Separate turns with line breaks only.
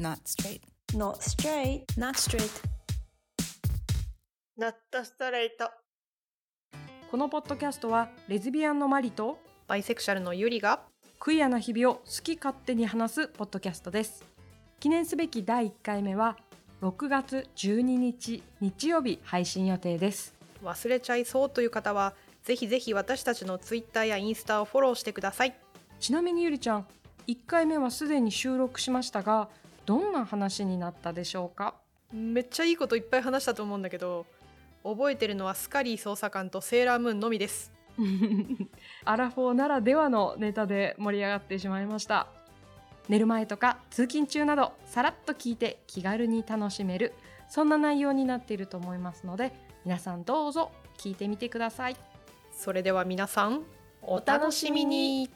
Not straight.
Not straight.
Not straight.
ナットストレート。
このポッドキャストはレズビアンのマリと
バイセクシャルのユリが
クイアな日々を好き勝手に話すポッドキャストです記念すべき第1回目は6月12日日曜日配信予定です
忘れちゃいそうという方はぜひぜひ私たちのツイッターやインスタをフォローしてください
ちなみにゆりちゃん1回目はすでに収録しましたがどんな話になったでしょうか
めっちゃいいこといっぱい話したと思うんだけど覚えてるのはスカリー捜査官とセーラームーンのみです
アラフォーならではのネタで盛り上がってしまいました寝る前とか通勤中などさらっと聞いて気軽に楽しめるそんな内容になっていると思いますので皆さんどうぞ聞いてみてください
それでは皆さんお
楽しみに